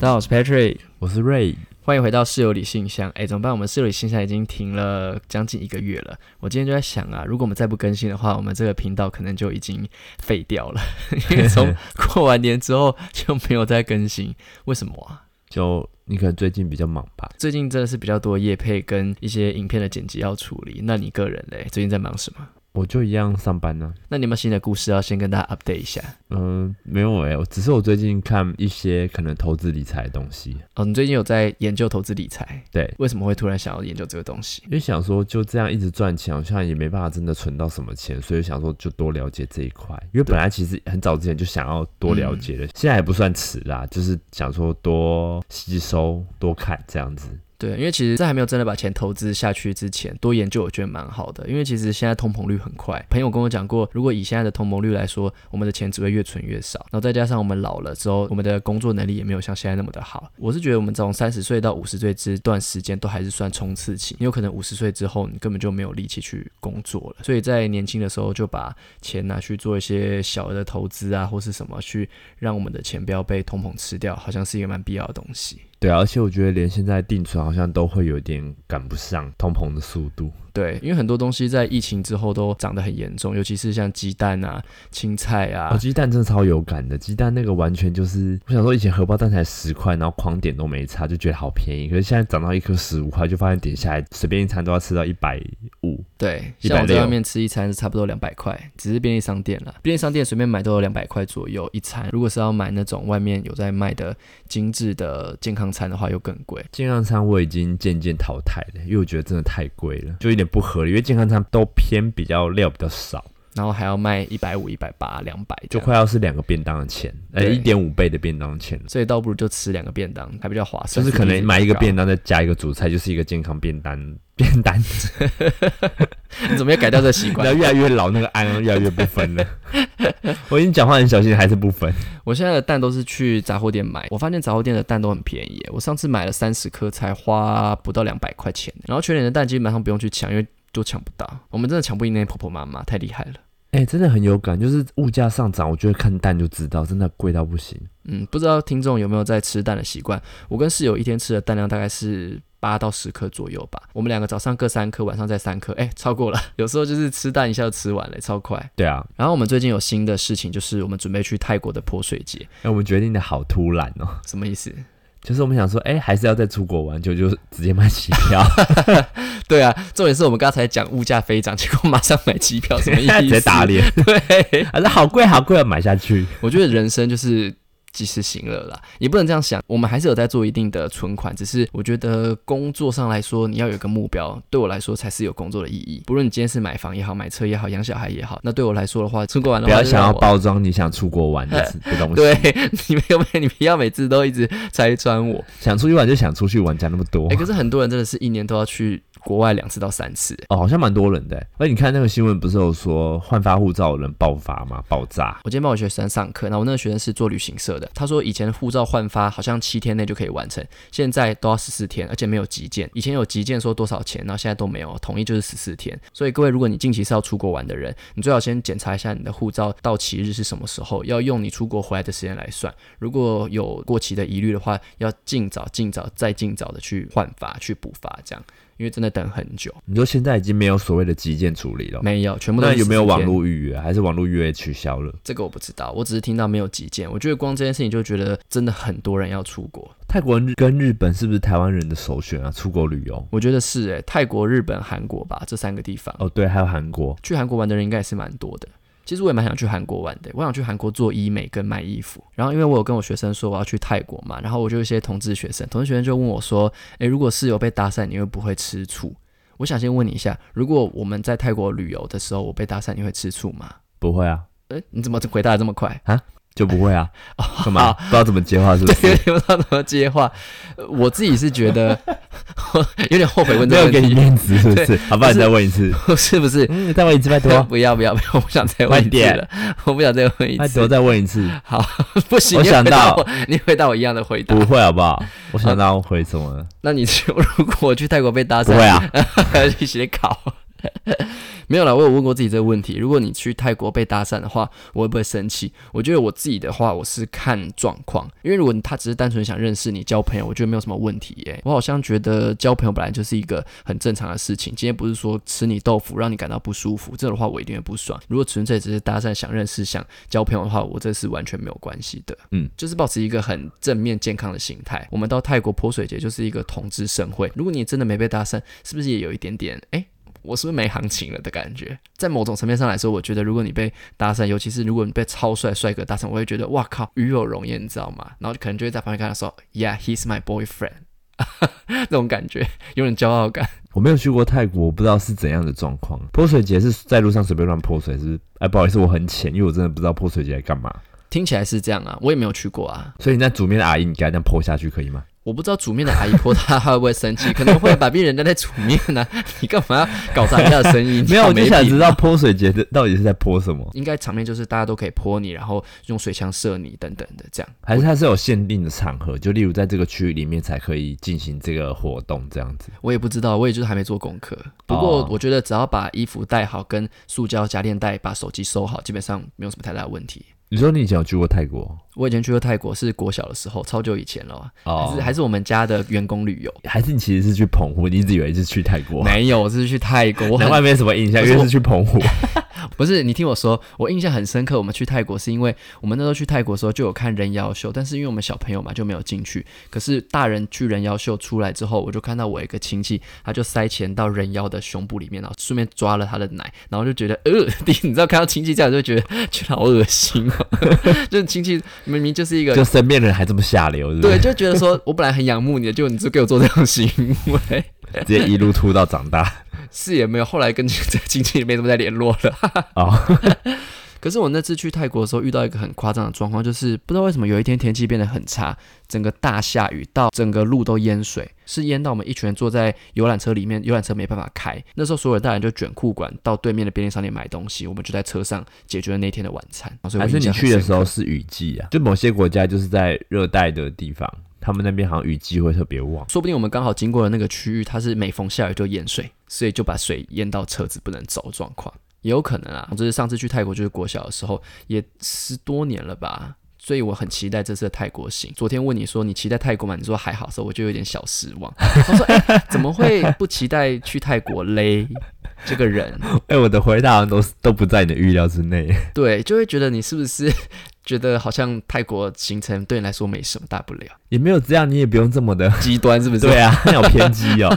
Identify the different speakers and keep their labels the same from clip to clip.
Speaker 1: 大家好，我是 Patrick，
Speaker 2: 我是 Ray。
Speaker 1: 欢迎回到室友里信箱。哎，怎么办？我们室友里信箱已经停了将近一个月了。我今天就在想啊，如果我们再不更新的话，我们这个频道可能就已经废掉了， 因为从过完年之后就没有再更新。为什么啊？
Speaker 2: 就你可能最近比较忙吧，
Speaker 1: 最近真的是比较多夜配跟一些影片的剪辑要处理。那你个人嘞，最近在忙什么？
Speaker 2: 我就一样上班呢、
Speaker 1: 那你有没有新的故事要先跟大家 update 一下？
Speaker 2: 嗯，没有诶、我只是我最近看一些可能投资理财的东西，
Speaker 1: 哦，你最近有在研究投资理财，
Speaker 2: 对，
Speaker 1: 为什么会突然想要研究这个东西？
Speaker 2: 因为想说就这样一直赚钱，好像也没办法真的存到什么钱，所以想说就多了解这一块。因为本来其实很早之前就想要多了解的，现在也不算迟啦，就是想说多吸收、多看这样子。
Speaker 1: 对，因为其实，在还没有真的把钱投资下去之前，多研究我觉得蛮好的。因为其实现在通膨率很快，朋友跟我讲过，如果以现在的通膨率来说，我们的钱只会越存越少。然后再加上我们老了之后，我们的工作能力也没有像现在那么的好。我是觉得我们从三十岁到五十岁这段时间都还是算冲刺期，你有可能五十岁之后你根本就没有力气去工作了。所以在年轻的时候就把钱拿去做一些小额的投资啊，或是什么，去让我们的钱不要被通膨吃掉，好像是一个蛮必要的东西。
Speaker 2: 对啊，而且我觉得连现在定存好像都会有点赶不上通膨的速度。
Speaker 1: 对，因为很多东西在疫情之后都涨得很严重，尤其是像鸡蛋啊、青菜
Speaker 2: 哦，
Speaker 1: 啊。
Speaker 2: 鸡蛋真的超有感的，鸡蛋那个完全就是，我想说以前荷包蛋才十块，然后狂点都没差，就觉得好便宜。可是现在涨到一颗十五块，就发现点下来随便一餐都要吃到一百五。
Speaker 1: 对，
Speaker 2: 160
Speaker 1: 像我在外面吃一餐是差不多两百块，只是便利商店啦，便利商店随便买都有两百块左右一餐。如果是要买那种外面有在卖的精致的健康餐的话，又更贵。
Speaker 2: 健康餐啊我已经渐渐淘汰了，因为我觉得真的太贵了，就有点不合理。因为健康餐都偏比较料比较少，
Speaker 1: 然后还要卖一百五、一百八、两百，
Speaker 2: 就。快要是两个便当的钱，呃，
Speaker 1: 对
Speaker 2: 一点五倍的便当钱了。
Speaker 1: 所以倒不如就吃两个便当，还比较划
Speaker 2: 就
Speaker 1: 算。
Speaker 2: 是可能买一个便
Speaker 1: 当，
Speaker 2: 当，再加一个主菜，就是一个健康便当。 便当，
Speaker 1: 你 怎么又改掉这习惯
Speaker 2: 然？后越来越老，那个安越来越不分了。 我已经讲话很小心，还是不分。
Speaker 1: 我现在的蛋都是去杂货店买，我发现杂货店的蛋都很便宜耶。我上次买了三十颗，才花不到两百块钱。然后全脸的蛋基本上不用去抢，因为都抢不到。我们真的抢不赢那些婆婆妈妈，太厉害了。
Speaker 2: 哎、真的很有感，就是物价上涨，我觉得看蛋就知道，真的贵到不行。
Speaker 1: 嗯，不知道听众有没有在吃蛋的习惯？我跟室友一天吃的蛋量大概是八到十颗左右吧。我们两个早上各三颗，晚上再三颗，哎，超过了。有时候就是吃蛋一下就吃完了，哎超快。
Speaker 2: 对啊，
Speaker 1: 然后我们最近有新的事情，就是我们准备去泰国的泼水节，
Speaker 2: 哎、我们决定的好突然哦，
Speaker 1: 什么意思？
Speaker 2: 就是我们想说，哎、还是要再出国玩，就就直接买机 票，
Speaker 1: 对啊，重点是我们刚才讲物价飞涨， 结果马上买机票，什么意思？
Speaker 2: 直接打脸，
Speaker 1: 对，
Speaker 2: 还是好贵好贵，要买下去。
Speaker 1: 我觉得人生就是及时行乐啦，也不能这样想。我们还是有在做一定的存款，只是我觉得工作上来说，你要有一个目标，对我来说才是有工作的意义。不论你今天是买房也好，买车也好，养小孩也好，那对我来说的话，出国玩的
Speaker 2: 不
Speaker 1: 话
Speaker 2: 要
Speaker 1: 就
Speaker 2: 想
Speaker 1: 让
Speaker 2: 要
Speaker 1: 我。
Speaker 2: 包装你想出国玩的的 东西，
Speaker 1: 对， 你没有你不要每次都一直拆穿我。
Speaker 2: 想出去玩就想出去玩，讲那么多。
Speaker 1: 哎、可是很多人真的是一年都要去国外两次到三次。
Speaker 2: 哦，好像蛮多人的。而你看那个新闻，不是有说换发护照的人爆发吗？爆炸。
Speaker 1: 我今天帮我学生上课，然后我那个学生是做旅行社的，他说以前护照换发好像七天内就可以完成，现在都要十四天，而且没有急件。以前有急件说多少钱，然后现在都没有，统一就是十四天。所以各位，如果你近期是要出国玩的人，你最好先检查一下你的护照到期日是什么时候，要用你出国回来的时间来算。如果有过期的疑虑的话，要尽早、尽早、再尽早的去换发、去补发，这样，因为真的等很久。
Speaker 2: 你说现在已经没有所谓的急件处理了，哦
Speaker 1: 没有，全部都
Speaker 2: 那
Speaker 1: 是
Speaker 2: 有没有
Speaker 1: 14天
Speaker 2: 网络预约？还是网络预约取消了？
Speaker 1: 这个我不知道，我只是听到没有急件。我觉得光这件事情就觉得真的很多人要出国，
Speaker 2: 泰国人跟日本是不是台湾人的首选啊？出国旅游？
Speaker 1: 我觉得是诶、欸泰国、日本、韩国吧，这三个地方，
Speaker 2: 哦，对，还有韩国。
Speaker 1: 去韩国玩的人应该也是蛮多的。其实我也蛮想去韩国玩的，我想去韩国做医美跟卖衣服。然后因为我有跟我学生说我要去泰国嘛，然后我就有一些同志学生，同志学生就问我说：“诶，如果室友被搭讪，你会不会吃醋？”我想先问你一下，如果我们在泰国旅游的时候，我被搭讪，你会吃醋吗？
Speaker 2: 不会啊，
Speaker 1: 诶，你怎么回答得这么快？
Speaker 2: 就不会 啊。干嘛？不知道怎么接话是不
Speaker 1: 有点
Speaker 2: 是？
Speaker 1: 不知道怎么接话。呃我自己是觉得 我有点后悔问这
Speaker 2: 没
Speaker 1: 个问
Speaker 2: 有给你
Speaker 1: 题，
Speaker 2: 面子是不是？ 好不好？
Speaker 1: 不是
Speaker 2: 你再问一次，
Speaker 1: 是不是？
Speaker 2: 嗯，再问一次，拜托，
Speaker 1: 不要不要不要！我不想再问一次了，我不想再问一
Speaker 2: 拜
Speaker 1: 次
Speaker 2: 托，。再问一次。
Speaker 1: 好， 不行，
Speaker 2: 我
Speaker 1: 你回
Speaker 2: 想
Speaker 1: 答
Speaker 2: 到
Speaker 1: 我， 你回答我一样的回答
Speaker 2: 不。会好不好？我想 到回什么了？
Speaker 1: 那你 如果我去泰国被搭
Speaker 2: 不啊
Speaker 1: 讪，
Speaker 2: 会啊，
Speaker 1: 去写考。没有啦，我有问过自己这个问题：如果你去泰国被搭讪的话，我会不会生气？我觉得我自己的话，我是看状况，因为如果他只是单纯想认识你、交朋友，我觉得没有什么问题耶、我好像觉得交朋友本来就是一个很正常的事情。今天不是说吃你豆腐让你感到不舒服，这种的话我一定会不爽。如果纯粹只是搭讪想认识、想交朋友的话，我这是完全没有关系的。就是保持一个很正面健康的心态。我们到泰国泼水节就是一个同志盛会，如果你真的没被搭讪，是不是也有一点点哎？诶我是不是没行情了的感觉？在某种层面上来说，我觉得如果你被搭讪，尤其是如果你被超帅帅哥搭讪，我会觉得哇靠，与有荣焉，你知道吗？然后可能就会在旁边跟他说，Yeah, he's my boyfriend，那种感觉有点骄傲感。
Speaker 2: 我没有去过泰国，我不知道是怎样的状况。泼水节是在路上随便乱泼水，是不是？哎，不好意思，我很浅，因为我真的不知道泼水节在干嘛。
Speaker 1: 听起来是这样啊，我也没有去过啊，
Speaker 2: 所以那煮面的阿姨，你给她这样泼下去可以吗？
Speaker 1: 我不知道煮面的阿姨泼他 会不会生气，可能会把别人家在煮面呢、你干嘛要搞砸人家的生意？
Speaker 2: 没有，我就想
Speaker 1: 品
Speaker 2: 知道泼水节的 到底是在泼什么，
Speaker 1: 应该场面就是大家都可以泼你，然后用水枪射你等等的这样。
Speaker 2: 还是它是有限定的场合，就例如在这个区域里面才可以进行这个活动这样子。
Speaker 1: 我也不知道，我也就是还没做功课。不过
Speaker 2: 哦
Speaker 1: 我觉得只要把衣服带好，跟塑胶夹链带，把手机收好，基本上没有什么太大的问题。
Speaker 2: 你说你以前有去过泰国？
Speaker 1: 我以前去过泰国是国小的时候，超久以前了啊，
Speaker 2: 哦
Speaker 1: 还是还是我们家的员工旅游。
Speaker 2: 还是你其实是去澎湖？你一直以为是去泰国？
Speaker 1: 没有，我是去泰国。我
Speaker 2: 难
Speaker 1: 很
Speaker 2: 怪没什么印象，
Speaker 1: 不是
Speaker 2: 因为
Speaker 1: 我
Speaker 2: 是去澎湖。
Speaker 1: 不是，你听我说，我印象很深刻。我们去泰国是因为我们那时候去泰国的时候就有看人妖秀，但是因为我们小朋友嘛就没有进去。可是大人去人妖秀出来之后，我就看到我一个亲戚，他就塞钱到人妖的胸部里面，然后顺便抓了他的奶，然后就觉得呃， 你知道看到亲戚这样就觉得 觉得好恶心哦，就是亲戚明明就是一个
Speaker 2: 就身边的人还这么下流，是不
Speaker 1: 对，
Speaker 2: 是？
Speaker 1: 就觉得说我本来很仰慕你的，就你就给我做这种行为。
Speaker 2: 对，直接一路吐到长 大。
Speaker 1: 是也没有，后来跟这个亲戚没怎么再联络了。
Speaker 2: 哦，
Speaker 1: 可是我那次去泰国的时候，遇到一个很夸张的状况，就是不知道为什么有一天天气变得很差，整个大下雨到整个路都淹水，是淹到我们一群人坐在游览车里面，游览车没办法开。那时候所有的大人就卷裤管到对面的便利商店买东西，我们就在车上解决了那天的晚餐。所以我
Speaker 2: 还是
Speaker 1: 印
Speaker 2: 你
Speaker 1: 象很
Speaker 2: 去的
Speaker 1: 深
Speaker 2: 时候
Speaker 1: 刻
Speaker 2: 是雨季啊？就某些国家就是在热带的地方，他们那边好像雨季会特别旺。
Speaker 1: 说不定我们刚好经过的那个区域，它是每逢下雨就淹水，所以就把水淹到车子不能走的状况，也有可能啊。就是上次去泰国就是国小的时候，也十多年了吧。所以我很期待这次的泰国行。昨天问你说你期待泰国吗？你说还好的时候，我就有点小失望。我说：“哎、怎么会不期待去泰国嘞？这个人，
Speaker 2: 哎、我的回答好像都是都不在你的预料之内。
Speaker 1: 对，就会觉得你是不是觉得好像泰国行程对你来说没什么大不了，
Speaker 2: 也没有这样，你也不用这么的。
Speaker 1: 极端是不是？
Speaker 2: 对 啊，你好偏激哦。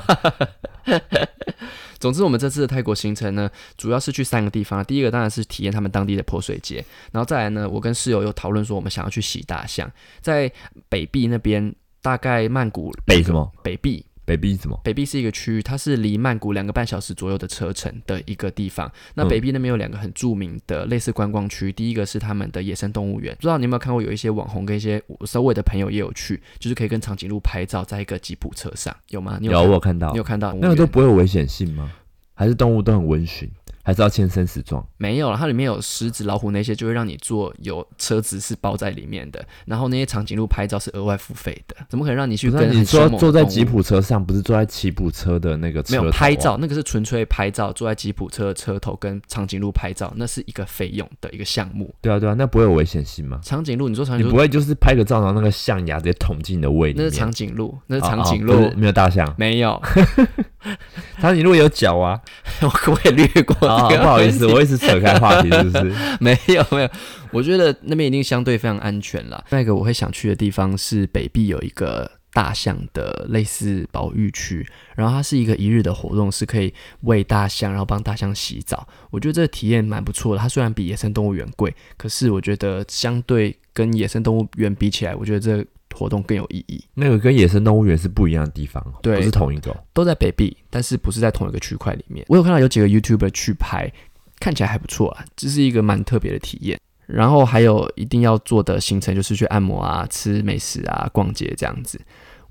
Speaker 1: 总之，我们这次的泰国行程呢，主要是去三个地方。第一个当然是体验他们当地的泼水节，然后再来呢，我跟室友有讨论说，我们想要去洗大象，在北壁那边，大概曼谷
Speaker 2: 北什么？
Speaker 1: 北壁。
Speaker 2: 北壁什么？
Speaker 1: 北壁是一个区域，它是离曼谷两个半小时左右的车程的一个地方。那
Speaker 2: 嗯
Speaker 1: 北壁那边有两个很著名的类似观光区，第一个是他们的野生动物园，不知道你有没有看过，有一些网红跟一些我稍微的朋友也有去，就是可以跟长颈鹿拍照，在一个吉普车上，有吗？你有
Speaker 2: 有
Speaker 1: 看
Speaker 2: 我有看到
Speaker 1: 你有，看到动物
Speaker 2: 那个
Speaker 1: 园
Speaker 2: 都不会有危险性吗？还是动物都很温驯？还是要签生死状？
Speaker 1: 没有了，它里面有狮子、老虎那些，就会让你坐有车子是包在里面的，然后那些长颈鹿拍照是额外付费的，怎么可能让你去
Speaker 2: 不是
Speaker 1: 跟
Speaker 2: 你
Speaker 1: 很
Speaker 2: 说
Speaker 1: 凶猛的
Speaker 2: 坐在
Speaker 1: 动物
Speaker 2: 吉普车上，不是坐在吉普车的那个车
Speaker 1: 没
Speaker 2: 头
Speaker 1: 有
Speaker 2: 啊
Speaker 1: 拍照，那个是纯粹拍照，坐在吉普车的车头跟长颈鹿拍照，那是一个费用的一个项目。
Speaker 2: 对啊，对啊，那不会有危险性吗？
Speaker 1: 长颈鹿，你说长
Speaker 2: 你
Speaker 1: 颈
Speaker 2: 不
Speaker 1: 鹿，
Speaker 2: 会就是拍个照，然后那个象牙直接捅进你的胃里
Speaker 1: 那
Speaker 2: 面？
Speaker 1: 是长颈 鹿，那
Speaker 2: 哦
Speaker 1: 是长颈
Speaker 2: 哦
Speaker 1: 鹿，
Speaker 2: 不是没有 大象，
Speaker 1: 没有，
Speaker 2: 长颈鹿有脚啊。
Speaker 1: 我也略过
Speaker 2: 哦，
Speaker 1: 这个、
Speaker 2: 不好意思，我一直扯开话题，是 不是？
Speaker 1: 没有没有，我觉得那边一定相对非常安全啦。那个我会想去的地方是北壁有一个大象的类似保育区，然后它是一个一日的活动，是可以喂大象，然后帮大象洗澡。我觉得这个体验蛮不错的。它虽然比野生动物园贵，可是我觉得相对跟野生动物园比起来，我觉得这个活动更有意义。
Speaker 2: 那个跟野生动物园是不一样的地方，
Speaker 1: 对
Speaker 2: 不是同一个。
Speaker 1: 都在北壁，但是不是在同一个区块里面。我有看到有几个 YouTuber 去拍，看起来还不错啊，这是一个蛮特别的体验。然后还有一定要做的行程就是去按摩啊、吃美食啊、逛街这样子。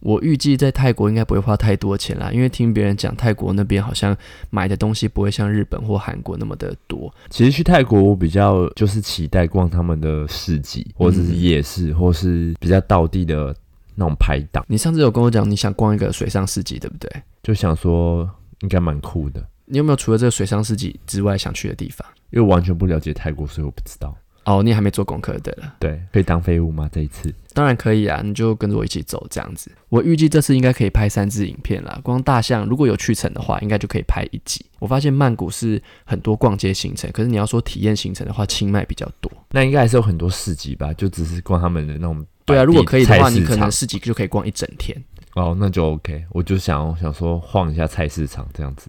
Speaker 1: 我预计在泰国应该不会花太多钱啦，因为听别人讲泰国那边好像买的东西不会像日本或韩国那么的多。
Speaker 2: 其实去泰国，我比较就是期待逛他们的市集，或者是夜市，或是比较道地的那种排档，
Speaker 1: 你上次有跟我讲你想逛一个水上市集，对不对？
Speaker 2: 就想说应该蛮酷的。
Speaker 1: 你有没有除了这个水上市集之外想去的地方？
Speaker 2: 因为完全不了解泰国，所以我不知道。
Speaker 1: 哦，你还没做功课，对了，
Speaker 2: 对，可以当废物吗？这一次
Speaker 1: 当然可以啊，你就跟着我一起走这样子。我预计这次应该可以拍三支影片啦，光大象如果有去程的话，应该就可以拍一集。我发现曼谷是很多逛街行程，可是你要说体验行程的话，清迈比较多。
Speaker 2: 那应该还是有很多市集吧，就只是逛他们的那种
Speaker 1: 对啊，如果可以的话，你可能
Speaker 2: 能
Speaker 1: 市集就可以逛一整天。
Speaker 2: 哦，那就 OK。我就想想说晃一下菜市场这样子。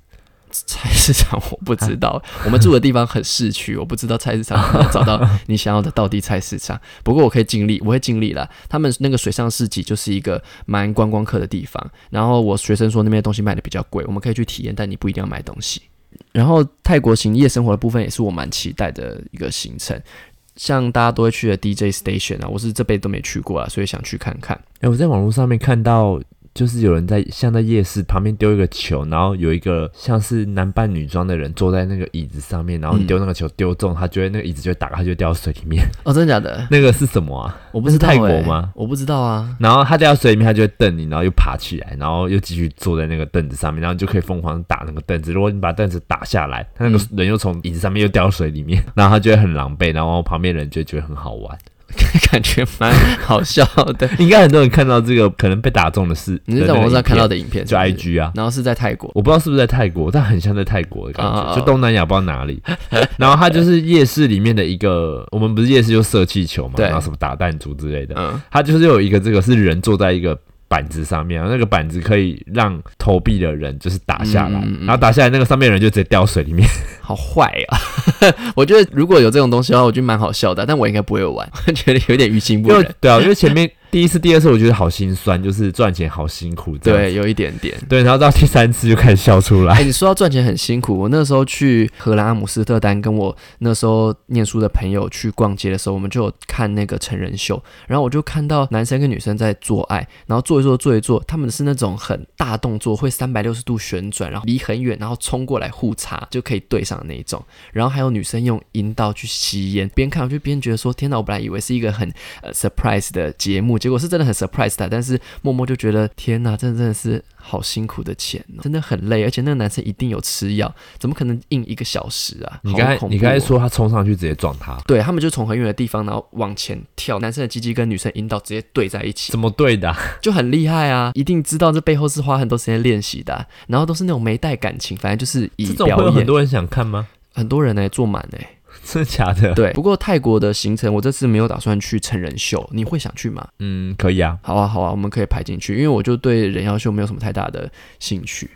Speaker 1: 菜市场我不知 道，我们住的地方很市区，我不知道菜市场能不能找 到你想要的道地菜市场。不过我可以尽力，我会尽力啦。他们那个水上市集就是一个蛮观光客的地方，然后我学生说那边的东西卖的比较贵，我们可以去体验，但你不一定要买东西。然后泰国行夜生活的部分也是我蛮期待的一个行程，像大家都会去的 DJ station 啊，我是这辈子都没去过啊，所以想去看看。
Speaker 2: 哎、我在网络上面看到，就是有人在像在夜市旁边丢一个球，然后有一个像是男扮女装的人坐在那个椅子上面，然后你丢那个球丢中，他就会那个椅子就会打开，他就掉到水里面。
Speaker 1: 哦，真的假的？
Speaker 2: 那个是什么啊？
Speaker 1: 我不知道、欸、
Speaker 2: 那是泰国吗？
Speaker 1: 我不知道啊。
Speaker 2: 然后他掉到水里面，他就会瞪你，然后又爬起来，然后又继续坐在那个凳子上面，然后你就可以疯狂打那个凳子。如果你把凳子打下来，他
Speaker 1: 嗯
Speaker 2: 那个人又从椅子上面又掉到水里面，然后他就会很狼狈，然后旁边人就会觉得很好玩。
Speaker 1: 感觉蛮好笑的。
Speaker 2: 应该很多人看到这个可能被打中的是，
Speaker 1: 你是在网络上看到的影片，
Speaker 2: 就是
Speaker 1: 不是
Speaker 2: IG 啊，
Speaker 1: 然后是在泰国，
Speaker 2: 我不知道是不是在泰国，但很像在泰国的感
Speaker 1: 啊啊
Speaker 2: 觉，
Speaker 1: 啊
Speaker 2: 就东南亚不知道哪里。然后它就是夜市里面的一个，我们不是夜市就射气球嘛，
Speaker 1: 对
Speaker 2: 然后什么打弹珠之类的，
Speaker 1: 嗯，
Speaker 2: 它就是有一个这个是人坐在一个。板子上面，然后那个板子可以让投币的人就是打下来，
Speaker 1: 嗯嗯嗯
Speaker 2: 然后打下来那个上面的人就直接掉水里面。
Speaker 1: 好坏啊！ 我觉得如果有这种东西的话，我觉得蛮好笑的，但我应该不会玩， 我觉得有点于心不
Speaker 2: 因为
Speaker 1: 忍。
Speaker 2: 对啊，因为前面第一次、第二次我觉得好心酸，就是赚钱好辛苦这样子。
Speaker 1: 对，有一点点。
Speaker 2: 对，然后到第三次就开始笑出 来
Speaker 1: 哎、。你说到赚钱很辛苦，我那时候去荷兰阿姆斯特丹，跟我那时候念书的朋友去逛街的时候，我们就有看那个成人秀，然后我就看到男生跟女生在做爱，然后做一做做一做，他们是那种很大动作，会三百六十度旋转，然后离很远，然后冲过来互插就可以对上的那一种，然后还有女生用阴道去吸烟，边看我就边觉得说，天哪，我本来以为是一个很呃 surprise 的节目，结果是真的很 surprise 的，但是默默就觉得天呐，真的真的是好辛苦的钱、哦，真的很累，而且那个男生一定有吃药，怎么可能硬一个小时啊？
Speaker 2: 你
Speaker 1: 好
Speaker 2: 刚才、
Speaker 1: 恐怖
Speaker 2: 你刚才
Speaker 1: 哦。
Speaker 2: 说他冲上去直接撞他，
Speaker 1: 对他们就从很远的地方，然后往前跳，男生的鸡鸡跟女生阴道直接对在一起，
Speaker 2: 怎么对的啊、
Speaker 1: 就很厉害啊！一定知道这背后是花很多时间练习的啊、然后都是那种没带感情，反正就是以
Speaker 2: 这种
Speaker 1: 表
Speaker 2: 会有
Speaker 1: 演。
Speaker 2: 很多人想看吗？
Speaker 1: 很多人呢、坐满呢、
Speaker 2: 真的假的？，
Speaker 1: 对，不过泰国的行程我这次没有打算去成人秀，你会想去吗？
Speaker 2: 嗯，可以啊。
Speaker 1: 好啊，好啊，我们可以排进去，因为我就对人妖秀没有什么太大的兴趣。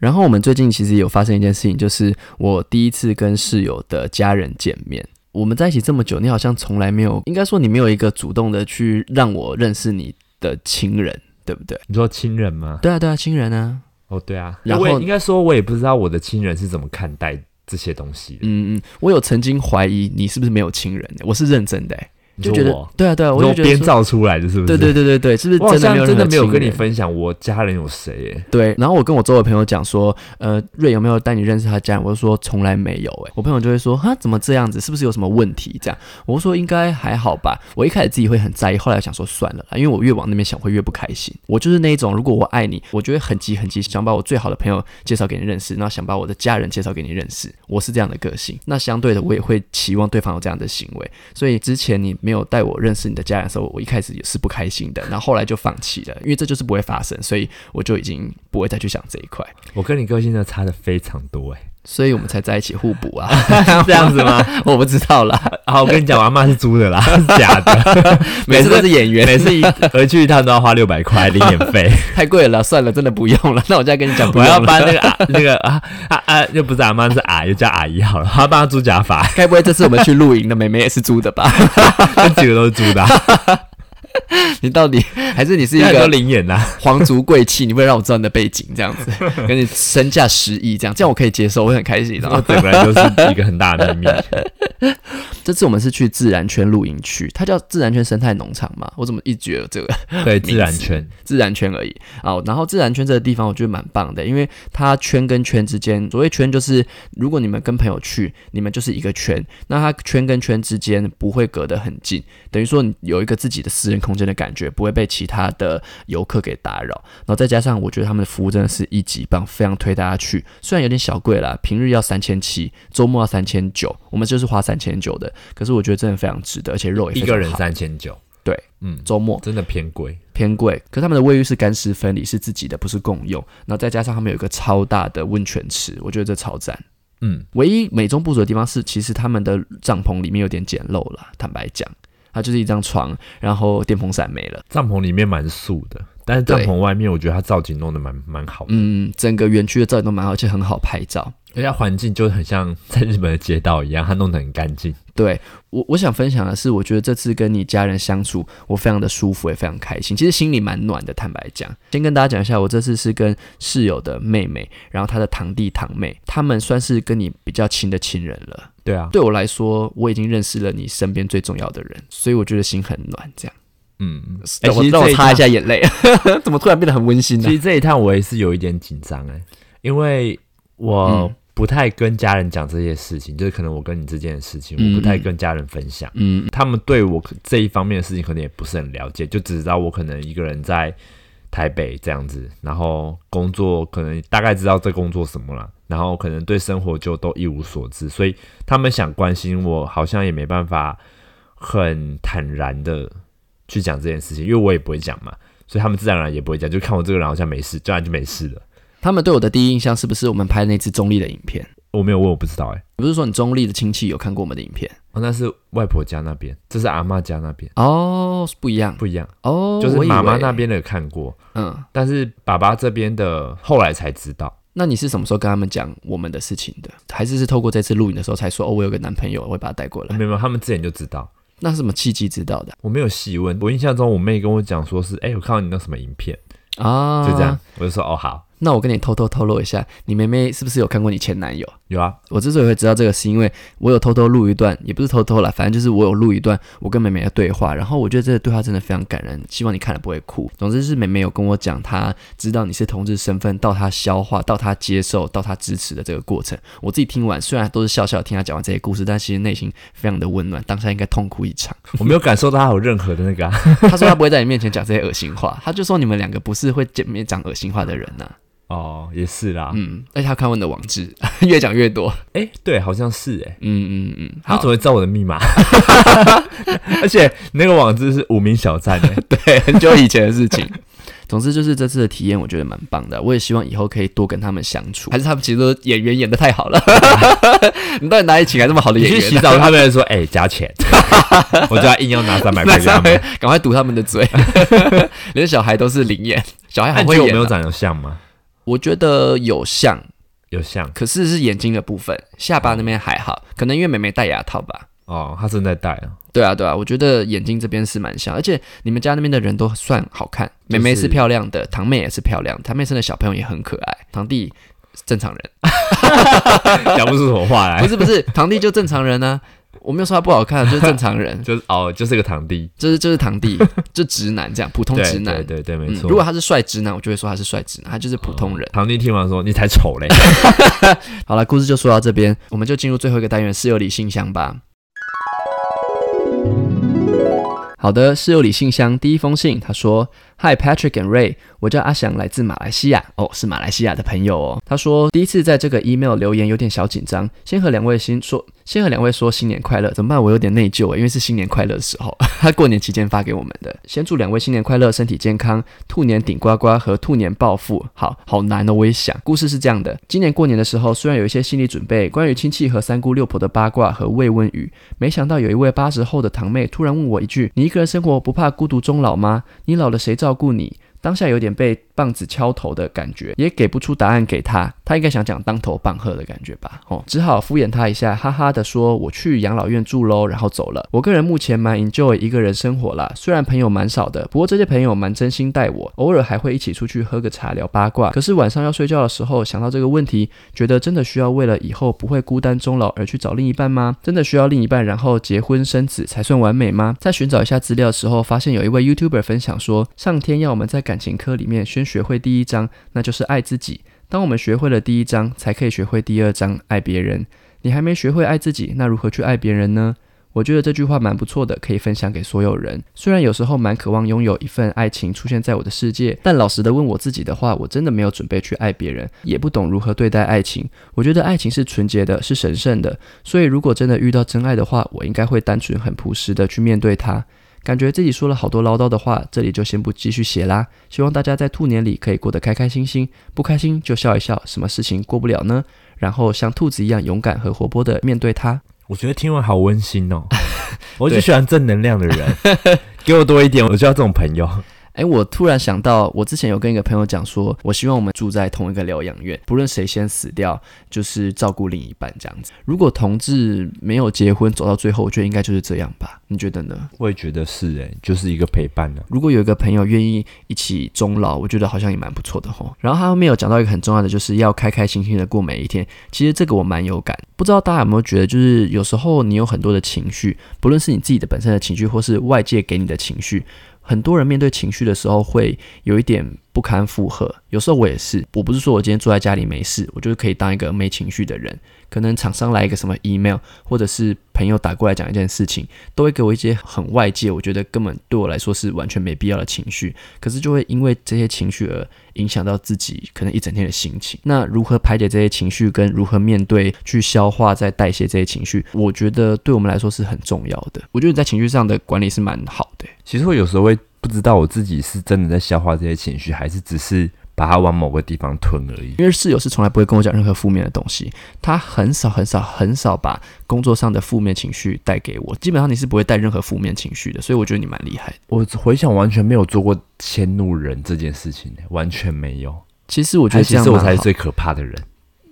Speaker 1: 然后我们最近其实有发生一件事情，就是我第一次跟室友的家人见面。我们在一起这么久，你好像从来没有，应该说你没有一个主动的去让我认识你的亲人，对不对？
Speaker 2: 你说亲人吗？
Speaker 1: 对啊，对啊，亲人啊，
Speaker 2: 哦，对啊。
Speaker 1: 然后
Speaker 2: 我也应该说，我也不知道我的亲人是怎么看待这些东西的。
Speaker 1: 嗯嗯，我有曾经怀疑你是不是没有亲人，我是认真的欸，
Speaker 2: 你
Speaker 1: 就
Speaker 2: 说
Speaker 1: 觉得
Speaker 2: 我，
Speaker 1: 对啊对啊，
Speaker 2: 你
Speaker 1: 我
Speaker 2: 说
Speaker 1: 就
Speaker 2: 我
Speaker 1: 觉得
Speaker 2: 编
Speaker 1: 说
Speaker 2: 造出来的，是不是？
Speaker 1: 对对对对对，是不是
Speaker 2: 我好
Speaker 1: 真的
Speaker 2: 像
Speaker 1: 没有
Speaker 2: 真
Speaker 1: 任
Speaker 2: 的
Speaker 1: 何
Speaker 2: 没有
Speaker 1: 亲
Speaker 2: 跟你
Speaker 1: 人
Speaker 2: 分享我家人有谁耶。
Speaker 1: 对，然后我跟我周围的朋友讲说，呃，瑞有没有带你认识他家人？我就说从来没有、欸。我朋友就会说，哈，怎么这样子？是不是有什么问题？这样，我就说应该还好吧。我一开始自己会很在意，后来想说算了啦，因为我越往那边想会越不开心。我就是那一种，如果我爱你，我就会很急很急，想把我最好的朋友介绍给你认识，然后想把我的家人介绍给你认识。我是这样的个性。那相对的，我也会期望对方有这样的行为。所以之前你没有带我认识你的家人的时候，我一开始也是不开心的，然后后来就放弃了，因为这就是不会发生，所以我就已经不会再去想这一块，
Speaker 2: 我跟你个性真的差的非常多哎，
Speaker 1: 所以我们才在一起互补啊，
Speaker 2: 这样子吗？
Speaker 1: 我不知道 啦，
Speaker 2: 好，我跟你讲，我阿妈是租的啦， 是假的。
Speaker 1: 每次都是演员，
Speaker 2: 每次一回去一趟都要花六百块零点费。
Speaker 1: 太贵了，算了，真的不用了。那我再跟你 讲，不
Speaker 2: 我
Speaker 1: 用
Speaker 2: 要
Speaker 1: 了。
Speaker 2: 帮那个啊 那个啊啊啊，又不是阿妈是阿，又叫阿姨好了，我要帮她租假 发，
Speaker 1: 该不会这次我们去露营的妹妹也是租的吧？
Speaker 2: 这几个都是租的啊、
Speaker 1: 你到底还是你是一
Speaker 2: 现在都
Speaker 1: 个
Speaker 2: 灵啊眼呐、
Speaker 1: 皇族贵气？你不会让我知道你的背景这样 子，跟 你身价十亿这样，这样我可以接受，我会很开心的
Speaker 2: 我。整个人就是一个很大的秘密。
Speaker 1: 这次我们是去自然圈露营区，它叫自然圈生态农场嘛，我怎么一直觉得这个
Speaker 2: 对，自然圈，
Speaker 1: 自然圈而已啊。然后自然圈这个地方我觉得蛮棒的，因为它圈跟圈之间，所谓圈就是如果你们跟朋友去，你们就是一个圈，那它圈跟圈之间不会隔得很近，等于说你有一个自己的私人空间的感觉，不会被其他的游客给打扰。然后再加上我觉得他们的服务真的是一级棒，非常推大家去，虽然有点小贵啦，平日要三千七，周末要三千九，我们就是花三千九的，可是我觉得真的非常值得，而且肉也非
Speaker 2: 一
Speaker 1: 常
Speaker 2: 个人
Speaker 1: 好
Speaker 2: 三千九，
Speaker 1: 对，
Speaker 2: 嗯，
Speaker 1: 周末
Speaker 2: 真的偏贵，
Speaker 1: 偏贵，可是他们的卫浴是干湿分离，是自己的，不是共用。然后再加上他们有一个超大的温泉池，我觉得这超赞。
Speaker 2: 嗯，
Speaker 1: 唯一美中不足的地方是，其实他们的帐篷里面有点简陋了，坦白讲，它就是一张床，然后电风扇没了。
Speaker 2: 帐篷里面蛮素的，但是帐
Speaker 1: 对
Speaker 2: 篷外面我觉得它造景弄得蛮蛮好的，
Speaker 1: 嗯，整个园区的造景都蛮好，而且很好拍照。
Speaker 2: 而且环境就很像在日本的街道一样，它弄得很干净。
Speaker 1: 对我，我想分享的是，我觉得这次跟你家人相处，我非常的舒服，也非常开心。其实心里蛮暖的，坦白讲。先跟大家讲一下，我这次是跟室友的妹妹，然后她的堂弟堂妹，他们算是跟你比较亲的亲人了。
Speaker 2: 对啊，
Speaker 1: 对我来说，我已经认识了你身边最重要的人，所以我觉得心很暖。这样，
Speaker 2: 嗯，哎、
Speaker 1: 让我
Speaker 2: 其实
Speaker 1: 让
Speaker 2: 这
Speaker 1: 我
Speaker 2: 一
Speaker 1: 擦一
Speaker 2: 趟
Speaker 1: 下眼泪， 怎么突然变得很温馨呢、
Speaker 2: 其实这一趟我也是有一点紧张哎，因为我
Speaker 1: 嗯
Speaker 2: 不太跟家人讲这些事情，就是可能我跟你之间的事情，
Speaker 1: 嗯
Speaker 2: 我不太跟家人分享。
Speaker 1: 嗯，
Speaker 2: 他们对我可这一方面的事情可能也不是很了解，就只知道我可能一个人在台北这样子，然后工作可能大概知道这工作什么啦，然后可能对生活就都一无所知，所以他们想关心我，好像也没办法很坦然的去讲这件事情，因为我也不会讲嘛，所以他们自然而然也不会讲，就看我这个人好像没事，自然就没事了。
Speaker 1: 他们对我的第一印象是不是我们拍那支中立的影片？
Speaker 2: 我没有问，我不知道哎、欸
Speaker 1: 不是说你中立的亲戚有看过我们的影片
Speaker 2: 哦，那是外婆家那边，这是阿嬷家那边
Speaker 1: 哦，不一样
Speaker 2: 不一样，
Speaker 1: 哦，
Speaker 2: 就是
Speaker 1: 我以
Speaker 2: 妈妈
Speaker 1: 为
Speaker 2: 那，边的有看过。
Speaker 1: 嗯。
Speaker 2: 但是爸爸这边的后来才知道，
Speaker 1: 那你是什么时候跟他们讲我们的事情的？还是是透过这次录影的时候才说哦，我有个男朋友，我会把他带过来？
Speaker 2: 没有没有，他们之前就知道。
Speaker 1: 那是什么契机知道的
Speaker 2: 我没有细问，我印象中我妹跟我讲说是，哎、我看到你那什么影片，
Speaker 1: 啊？
Speaker 2: 就这样，。我就说哦好，
Speaker 1: 那我跟你偷偷透露一下，你妹妹是不是有看过你前男友？
Speaker 2: 有啊，
Speaker 1: 我之所以会知道这个，是因为我有偷偷录一段，也不是偷偷啦，反正就是我有录一段我跟妹妹的对话。然后我觉得这个对话真的非常感人，希望你看了不会哭。总之是妹妹有跟我讲，她知道你是同志身份，到她消化，到她接受，到她支持的这个过程。我自己听完虽然都是笑笑听她讲完这些故事，但其实内心非常的温暖，当下应该痛哭一场。
Speaker 2: 我没有感受到他有任何的那个、 啊，
Speaker 1: 她说她不会在你面前讲这些恶心话，她就说你们两个不是会见面讲恶心话的人呐、
Speaker 2: 哦，也是啦，哎、
Speaker 1: 嗯，而且她看我的网志， 越讲越多。
Speaker 2: 对，好像是哎、
Speaker 1: 嗯嗯嗯，
Speaker 2: 他
Speaker 1: 好
Speaker 2: 怎。么会知道我的密码？ 而且那个网址是无名小站哎、
Speaker 1: 很久以前的事 情。总之就是这次的体验，我觉得蛮棒的。啊我也希望以后可以多跟他们相处。还是他们其实都演员演的太好了， 你到底哪里请来这么好的
Speaker 2: 你
Speaker 1: 演
Speaker 2: 去
Speaker 1: 员啊？
Speaker 2: 洗澡，他们还说哎、加钱，我就要硬要拿三百块 给他
Speaker 1: 赶快
Speaker 2: 们。
Speaker 1: 赶快堵他们的 嘴，连小孩都是零演，小孩
Speaker 2: 那
Speaker 1: 好
Speaker 2: 你
Speaker 1: 会
Speaker 2: 觉得我
Speaker 1: 演
Speaker 2: 没
Speaker 1: 啊、
Speaker 2: 有长得像吗？
Speaker 1: 我觉得有像，
Speaker 2: 有像
Speaker 1: 可是是眼睛的部分，下巴那边还好，可能因为妹妹戴牙套吧。
Speaker 2: 哦，他正在戴啊，
Speaker 1: 对啊，对啊，我觉得眼睛这边是蛮像，而且你们家那边的人都算好看，
Speaker 2: 就
Speaker 1: 妹
Speaker 2: 是
Speaker 1: 妹是漂亮的，堂妹也是漂亮，堂妹生的小朋友也很可爱，堂弟正常人，
Speaker 2: 讲不出什么话来，
Speaker 1: 不。是不是， 堂弟就正常人呢、我没有说他不好看，啊就是正常人
Speaker 2: 就是哦，就是个堂弟，
Speaker 1: 就是就是堂弟，就直男这样，普通
Speaker 2: 对
Speaker 1: 直男。
Speaker 2: 对对对，没
Speaker 1: 嗯，
Speaker 2: 错。
Speaker 1: 如果他是帅直男，我就会说他是帅直男，他就是普通人。
Speaker 2: 堂弟听完说：“你才丑 嘞
Speaker 1: 好了，故事就说到这边，我们就进入最后一个单元室友理信箱吧。好的，室友理信箱第一封信，他说：“Hi Patrick and Ray，我叫阿翔，来自马来西亚，哦，是马来西亚的朋友哦。他说第一次在这个 email 留言有点小紧张，先和两位新说，先和两位说新年快乐，怎么办？我有点内疚欸诶，因为是新年快乐的时候， 他过年期间发给我们的。先祝两位新年快乐，身体健康，兔年顶呱呱和兔年暴富，好好难哦！我也想，故事是这样的：今年过年的时候，虽然有一些心理准备，关于亲戚和三姑六婆的八卦和慰问语，没想到有一位八十后的堂妹突然问我一句：“你一个人生活不怕孤独终老吗？你老了谁照顾你？”当下有点被棒子敲头的感觉，也给不出答案给他。他应该想讲当头棒喝的感觉吧，哦，只好敷衍他一下，哈哈的说我去养老院住喽，然后走了。我个人目前蛮 enjoy 一个人生活啦，虽然朋友蛮少的，不过这些朋友蛮真心待我，偶尔还会一起出去喝个茶聊八卦。可是晚上要睡觉的时候，想到这个问题，觉得真的需要为了以后不会孤单终老而去找另一半吗？真的需要另一半然后结婚生子才算完美吗？在寻找一下资料的时候，发现有一位 YouTuber 分享说，上天要我们在感情科里面先学会第一章，那就是爱自己。当我们学会了第一章，才可以学会第二章爱别人。你还没学会爱自己，那如何去爱别人呢？我觉得这句话蛮不错的，可以分享给所有人。虽然有时候蛮渴望拥有一份爱情出现在我的世界，但老实的问我自己的话，我真的没有准备去爱别人，也不懂如何对待爱情。我觉得爱情是纯洁的，是神圣的，所以如果真的遇到真爱的话，我应该会单纯、很朴实的去面对它。感觉自己说了好多唠叨的话，这里就先不继续写啦。希望大家在兔年里可以过得开开心心，不开心就笑一笑，什么事情过不了呢？然后像兔子一样勇敢和活泼的面对它。
Speaker 2: 我觉得听完好温馨 哦，我就喜欢正能量的 人，给我多一点，我就要这种朋友。
Speaker 1: 哎，我突然想到，我之前有跟一个朋友讲说，我希望我们住在同一个疗养院，不论谁先死掉，就是照顾另一半这样子。如果同志没有结婚走到最后，我觉得应该就是这样吧？你觉得呢？
Speaker 2: 我也觉得是哎、就是一个陪伴啊呢、
Speaker 1: 如果有一个朋友愿意一起终老，我觉得好像也蛮不错的吼。然后他后面有讲到一个很重要的，就是要开开心心的过每一天。其实这个我蛮有感，不知道大家有没有觉得，就是有时候你有很多的情绪，不论是你自己的本身的情绪，或是外界给你的情绪，很多人面对情绪的时候会有一点不堪负荷。有时候我也是，我不是说我今天坐在家里没事，我就是可以当一个没情绪的人。可能厂商来一个什么 email，或者是朋友打过来讲一件事情，都会给我一些很外界，我觉得根本对我来说是完全没必要的情绪。可是就会因为这些情绪而影响到自己可能一整天的心情。那如何排解这些情绪，跟如何面对、去消化、再代谢这些情绪，我觉得对我们来说是很重要的。我觉得在情绪上的管理是蛮好的、
Speaker 2: 其实我有时候会不知道我自己是真的在消化这些情绪，还是只是把它往某个地方吞而已。
Speaker 1: 因为室友是从来不会跟我讲任何负面的东西，他很少很少很少把工作上的负面情绪带给我，基本上你是不会带任何负面情绪的，所以我觉得你蛮厉害的。
Speaker 2: 我回想完全没有做过迁怒人这件事情，欸完全没有。
Speaker 1: 其实我
Speaker 2: 我
Speaker 1: 觉得这
Speaker 2: 其
Speaker 1: 样
Speaker 2: 实我
Speaker 1: 蛮
Speaker 2: 才是
Speaker 1: 好
Speaker 2: 最可怕的人。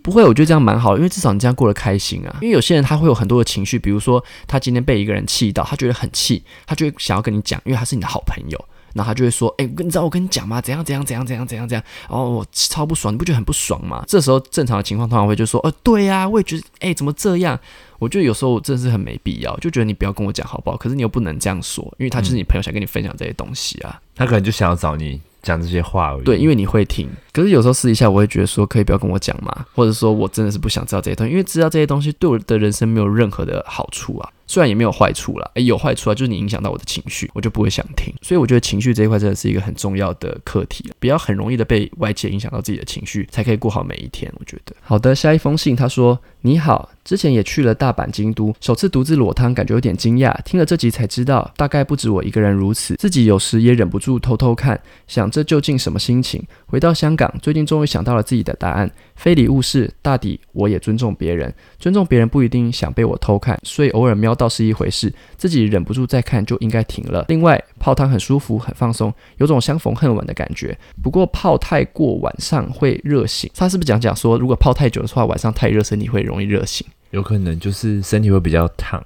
Speaker 1: 不会，我觉得这样蛮好的，因为至少你这样过得开心啊。因为有些人他会有很多的情绪，比如说他今天被一个人气到，他觉得很气，他就会想要跟你讲，因为他是你的好朋友，然后他就会说：“哎、我跟你知道我跟你讲吗？怎样怎样怎样怎样怎样怎样。”然后我超不爽，你不觉得很不爽吗？这时候正常的情况通常会就说：“哦，对呀、我也觉得，哎、怎么这样？”我觉得有时候真的是很没必要，就觉得你不要跟我讲好不好？可是你又不能这样说，因为他就是你朋友，想跟你分享这些东西啊。
Speaker 2: 他可能就想要找你讲这些话而已。
Speaker 1: 对，因
Speaker 2: 为
Speaker 1: 为你会听，可是有时候私底下我会觉得说，可以不要跟我讲嘛，或者说我真的是不想知道这些东西，因为知道这些东西对我的人生没有任何的好处啊，虽然也没有坏处啦，诶，有坏处啊，就是你影响到我的情绪，我就不会想听，所以我觉得情绪这一块真的是一个很重要的课题，不要很容易的被外界影响到自己的情绪，才可以过好每一天。我觉得。好的，下一封信他说：“你好，之前也去了大阪、京都，首次独自裸汤，感觉有点惊讶。听了这集才知道，大概不止我一个人如此，自己有时也忍不住偷偷看。”想这究竟什么心情？回到香港，最近终于想到了自己的答案。非礼勿视，大抵我也尊重别人，尊重别人不一定想被我偷看，所以偶尔瞄到是一回事，自己忍不住再看就应该停了。另外，泡汤很舒服，很放松，有种相逢恨晚的感觉。不过泡太过晚上会热醒，他是不是讲讲说，如果泡太久的话，晚上太热身体会容易热醒？
Speaker 2: 有可能就是身体会比较烫。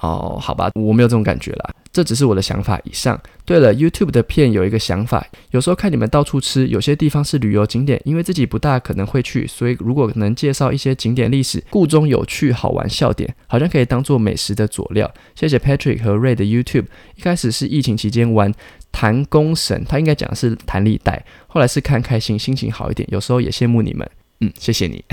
Speaker 1: 哦，好吧，我没有这种感觉啦，这只是我的想法。以上。对了，YouTube 的片有一个想法，有时候看你们到处吃，有些地方是旅游景点，因为自己不大可能会去，所以如果能介绍一些景点历史、故中有趣好玩笑点，好像可以当做美食的佐料。谢谢 Patrick 和 Ray 的 YouTube。一开始是疫情期间玩弹弓绳，他应该讲的是弹力带，后来是看开心，心情好一点，有时候也羡慕你们。嗯，谢谢你。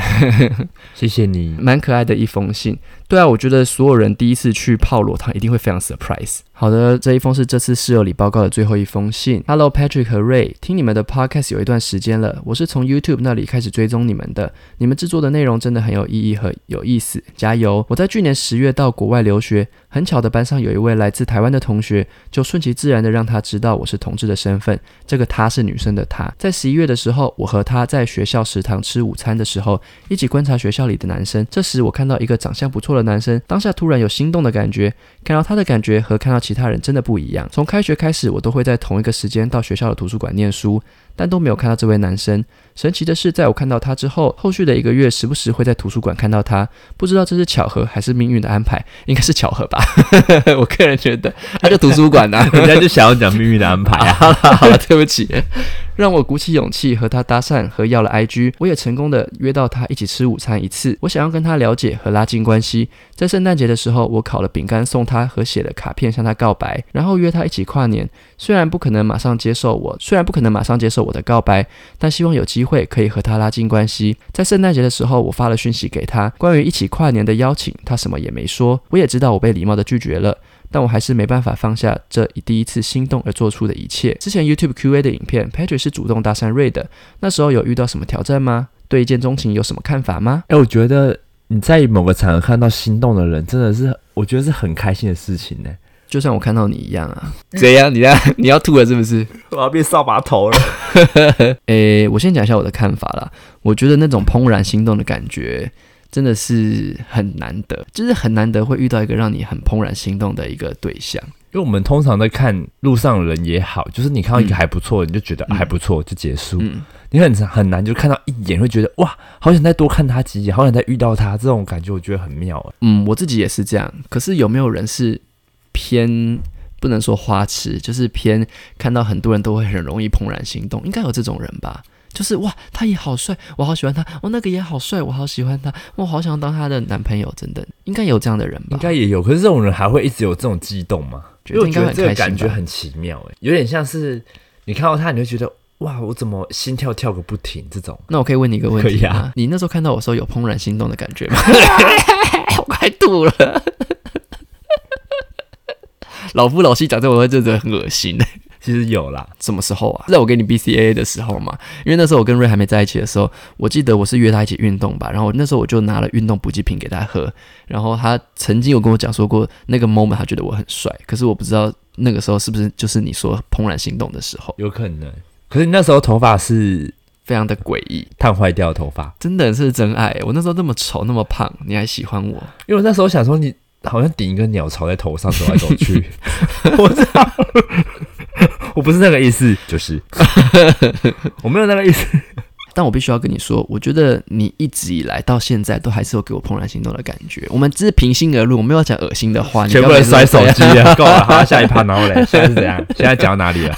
Speaker 2: 谢谢你，
Speaker 1: 蛮可爱的一封信。对啊，我觉得所有人第一次去泡裸汤一定会非常 surprise。好的，这一封是这次室友里报告的最后一封信。Hello Patrick 和 Ray，听你们的 podcast 有一段时间了，我是从 YouTube 那里开始追踪你们的。你们制作的内容真的很有意义和有意思，加油！我在去年十月到国外留学，很巧的班上有一位来自台湾的同学，就顺其自然的让他知道我是同志的身份。这个她是女生的她。在十一月的时候，我和她在学校食堂吃午餐的时候，一起观察学校里的男生。这时我看到一个长相不错的男生，当下突然有心动的感觉。看到他的感觉和看到其他人真的不一样。从开学开始，我都会在同一个时间到学校的图书馆念书，但都没有看到这位男生。神奇的是，在我看到他之后，后续的一个月，时不时会在图书馆看到他。不知道这是巧合还是命运的安排，应该是巧合吧。 我个人觉得，他就图书馆啊呐、
Speaker 2: 人家就想要讲命运的安排 啊。
Speaker 1: 好了 好了，对不起，让我鼓起勇气和他搭讪和要了 IG，我也成功的约到他一起吃午餐一次。我想要跟他了解和拉近关系，在圣诞节的时候，我烤了饼干送他和写了卡片向他告白，然后约他一起跨年。虽然不可能马上接受我，虽然不可能马上接受我的告白，但希望有机会可以和他拉近关系。在圣诞节的时候，我发了讯息给他关于一起跨年的邀请，他什么也没说。我也知道我被礼貌的拒绝了。但我还是没办法放下这一第一次心动而做出的一切。之前 YouTube Q&A 的影片，Patrick 是主动搭讪 Ray 的，那时候有遇到什么挑战吗？对一见钟情有什么看法吗？
Speaker 2: 哎、我觉得你在某个场合看到心动的人，真的是我觉得是很开心的事情呢、
Speaker 1: 就像我看到你一样啊，怎样？你要你要吐了是不是？
Speaker 2: 我要变扫把头了。
Speaker 1: 诶、我先讲一下我的看法啦。我觉得那种怦然心动的感觉真的是很难得，就是很难得会遇到一个让你很怦然心动的一个对象。
Speaker 2: 因为我们通常在看路上人也好，就是你看到一个还不错，你就觉得、啊还不错就结束，
Speaker 1: 嗯
Speaker 2: 你很很难就看到一眼会觉得哇，好想再多看他几眼，好想再遇到他，这种感觉我觉得很妙哎、
Speaker 1: 嗯，我自己也是这样。可是有没有人是偏不能说花痴，就是偏看到很多人都会很容易怦然心动？应该有这种人吧？就是哇，他也好帅，我好喜欢他；哦，那个也好帅，我好喜欢他；我好想当他的男朋友，真的应该有这样的人吧？
Speaker 2: 应该也有，可是这种人还会一直有这种激动吗？
Speaker 1: 觉
Speaker 2: 因
Speaker 1: 得
Speaker 2: 为我
Speaker 1: 应
Speaker 2: 觉
Speaker 1: 该
Speaker 2: 得
Speaker 1: 很
Speaker 2: 这个
Speaker 1: 开
Speaker 2: 感
Speaker 1: 心
Speaker 2: 觉
Speaker 1: 吧。
Speaker 2: 很奇妙哎、有点像是你看到他，你会觉得哇，我怎么心跳跳个不停这种。
Speaker 1: 那我可以问你一个问
Speaker 2: 可
Speaker 1: 题
Speaker 2: 以
Speaker 1: 吗？
Speaker 2: 啊
Speaker 1: 你那时候看到我的时候有怦然心动的感觉 吗？ 我快吐了。老夫老妻讲这种话真的很恶心。
Speaker 2: 其实有啦，
Speaker 1: 什么时候啊？在我给你 BCAA 的时候嘛，因为那时候我跟瑞还没在一起的时候，我记得我是约他一起运动吧，然后那时候我就拿了运动补给品给他喝，然后他曾经有跟我讲说过那个 moment 他觉得我很帅，可是我不知道那个时候是不是就是你说怦然心动的时候，
Speaker 2: 有可能。可是你那时候头发是
Speaker 1: 非常的诡异，
Speaker 2: 烫坏掉的头发，
Speaker 1: 真的是真爱欸。我那时候那么丑那么胖，你还喜欢我？
Speaker 2: 因为我那时候想说你好像顶一个鸟巢在头上走来走去， 我知道，我不是那个意思，就是 我没有那个意 思。
Speaker 1: 但我必须要跟你说，我觉得你一直以来到现在都还是有给我怦然心动的感觉。我们只是平心而论，我没有要讲恶心的话，你
Speaker 2: 全
Speaker 1: 不
Speaker 2: 部
Speaker 1: 要
Speaker 2: 人
Speaker 1: 每次都
Speaker 2: 摔
Speaker 1: 这
Speaker 2: 手
Speaker 1: 样
Speaker 2: 机 了，够了，好，下一趴，然后嘞，现在是怎样？现在讲到哪里了？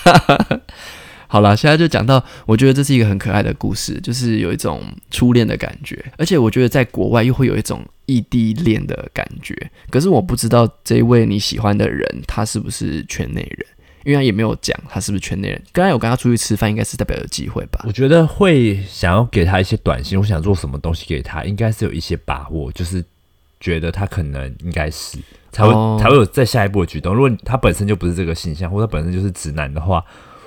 Speaker 1: 好了，现在就讲到，我觉得这是一个很可爱的故事，就是有一种初恋的感觉，而且我觉得在国外又会有一种异地恋的感觉。可是我不知道这位你喜欢的人他是不是圈内人，因为他也没有讲他是不是圈内人。刚才我跟他出去吃饭，应该是代表有机会吧
Speaker 2: 我？觉得会想要给他一些短信，我想做什么东西给他，应该是有一些把握，就是觉得他可能应该是才会、
Speaker 1: 哦
Speaker 2: 才会有再下一步的举动。如果他本身就不是这个形象，或者他本身就是直男的话，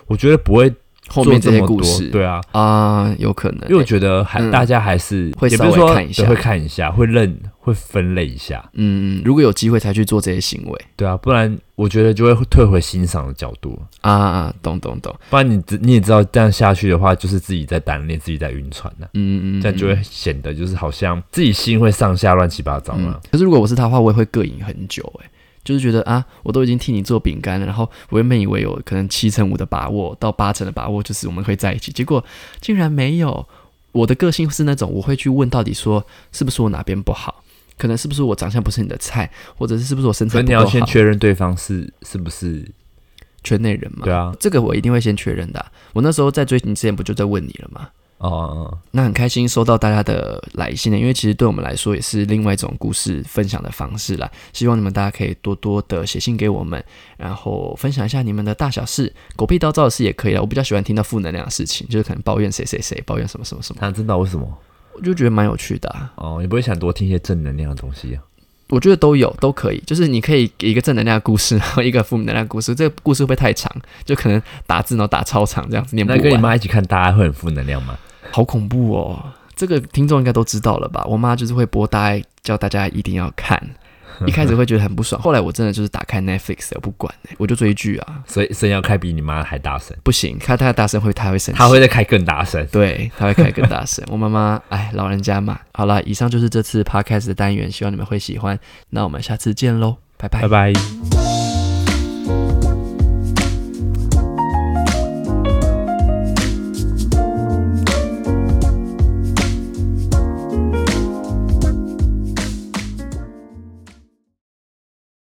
Speaker 2: 我觉得不会
Speaker 1: 后
Speaker 2: 做
Speaker 1: 面
Speaker 2: 这
Speaker 1: 些
Speaker 2: 么
Speaker 1: 故
Speaker 2: 多。
Speaker 1: 事，
Speaker 2: 对啊，
Speaker 1: 啊、有可能、
Speaker 2: 因为我觉得还、
Speaker 1: 嗯
Speaker 2: 大家还是
Speaker 1: 会
Speaker 2: 也
Speaker 1: 稍
Speaker 2: 不
Speaker 1: 微
Speaker 2: 是说
Speaker 1: 看一下
Speaker 2: 对会看一下，会认会分类一下，
Speaker 1: 嗯，如果有机会才去做这些行为
Speaker 2: 对啊，不然我觉得就会退回欣赏的角度。
Speaker 1: 啊，懂懂懂，
Speaker 2: 不然你知你也知道，这样下去的话，就是自己在单恋，自己在晕船呐、
Speaker 1: 嗯嗯嗯，
Speaker 2: 这样就会显得就是好像自己心会上下乱七八糟
Speaker 1: 嗯
Speaker 2: 嘛。
Speaker 1: 可是如果我是他的话，我也会膈应很久、欸，就是觉得啊，我都已经替你做饼干了，然后我原本以为有可能七成五的把握到八成的把握，就是我们会在一起，结果竟然没有。我的个性是那种我会去问到底说是不是我哪边不好，可能是不是我长相不是你的菜，或者是是不是我身材
Speaker 2: 所以
Speaker 1: 不
Speaker 2: 你
Speaker 1: 够好
Speaker 2: 要，先确认对方是
Speaker 1: 嗯
Speaker 2: 是不是
Speaker 1: 圈内人嘛。
Speaker 2: 对啊？
Speaker 1: 这个我一定会先确认的啊、我那时候在追你之前不就在问你了吗？
Speaker 2: 哦哦，
Speaker 1: 那很开心收到大家的来信呢，因为其实对我们来说也是另外一种故事分享的方式啦。希望你们大家可以多多的写信给我们，然后分享一下你们的大小事，狗屁叨叨的事也可以啦。我比较喜欢听到负能量的事情，就是可能抱怨谁谁谁，抱怨什么什么什么，
Speaker 2: 他知道为什么
Speaker 1: 我就觉得蛮有趣的、啊。
Speaker 2: 哦？你不会想多听一些正能量的东西啊？
Speaker 1: 我觉得都有都可以，就是你可以给一个正能量的故事，然后一个负能量的故事。这个故事会不会太长？就可能打字然后打超长这样子念不
Speaker 2: 那跟你
Speaker 1: 完，
Speaker 2: 妈一起看，大家会很负能量吗？
Speaker 1: 好恐怖哦！这个听众应该都知道了吧？我妈就是会播，大家叫大家一定要看。 一开始会觉得很不爽，后来我真的就是打开 Netflix，我不管、欸，我就追剧啊，
Speaker 2: 所以声要开比你妈还大声，
Speaker 1: 不行，开太大声会她会生气，
Speaker 2: 她会再开更大声。
Speaker 1: 对，她会开更大声。 我妈妈，哎，老人家嘛。好啦，以上就是这次 podcast 的单元，希望你们会喜欢。那我们下次见喽，拜拜
Speaker 2: 拜。拜。
Speaker 3: 「